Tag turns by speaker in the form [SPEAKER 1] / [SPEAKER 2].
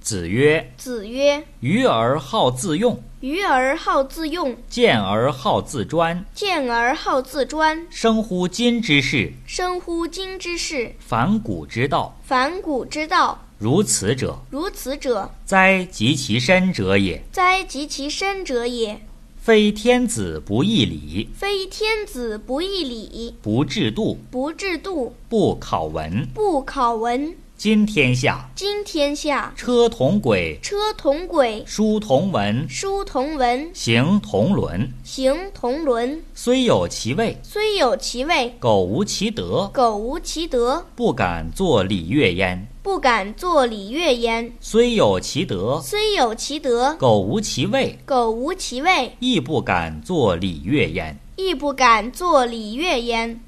[SPEAKER 1] 子曰
[SPEAKER 2] 子曰：“
[SPEAKER 1] 愚而好自用，：“
[SPEAKER 2] 愚而好自用，
[SPEAKER 1] 见而好自专，
[SPEAKER 2] 见而好自专，
[SPEAKER 1] 生乎今之事，
[SPEAKER 2] 生乎今之事，
[SPEAKER 1] 反古之道。
[SPEAKER 2] 反古之道。
[SPEAKER 1] 如此者，
[SPEAKER 2] 如此者，
[SPEAKER 1] 哉及其身者也。
[SPEAKER 2] 哉及其身者也。
[SPEAKER 1] 非天子不义礼，
[SPEAKER 2] 非天子不义礼，
[SPEAKER 1] 不制度，
[SPEAKER 2] 不制度，
[SPEAKER 1] 不考文。
[SPEAKER 2] 不考文。
[SPEAKER 1] 今天下，
[SPEAKER 2] 今天下，
[SPEAKER 1] 车同轨，
[SPEAKER 2] 车同轨，
[SPEAKER 1] 书同文，
[SPEAKER 2] 书同文，
[SPEAKER 1] 行同伦。
[SPEAKER 2] 行同伦。
[SPEAKER 1] 虽有其位，
[SPEAKER 2] 虽有其位，
[SPEAKER 1] 苟无其德，
[SPEAKER 2] 苟无其德，
[SPEAKER 1] 不敢作礼乐焉。
[SPEAKER 2] 不敢作礼乐焉。
[SPEAKER 1] 虽有其德，
[SPEAKER 2] 虽有其德，
[SPEAKER 1] 苟无其位，
[SPEAKER 2] 苟无其位，
[SPEAKER 1] 亦不敢作礼乐焉。”
[SPEAKER 2] 亦不敢作礼乐焉。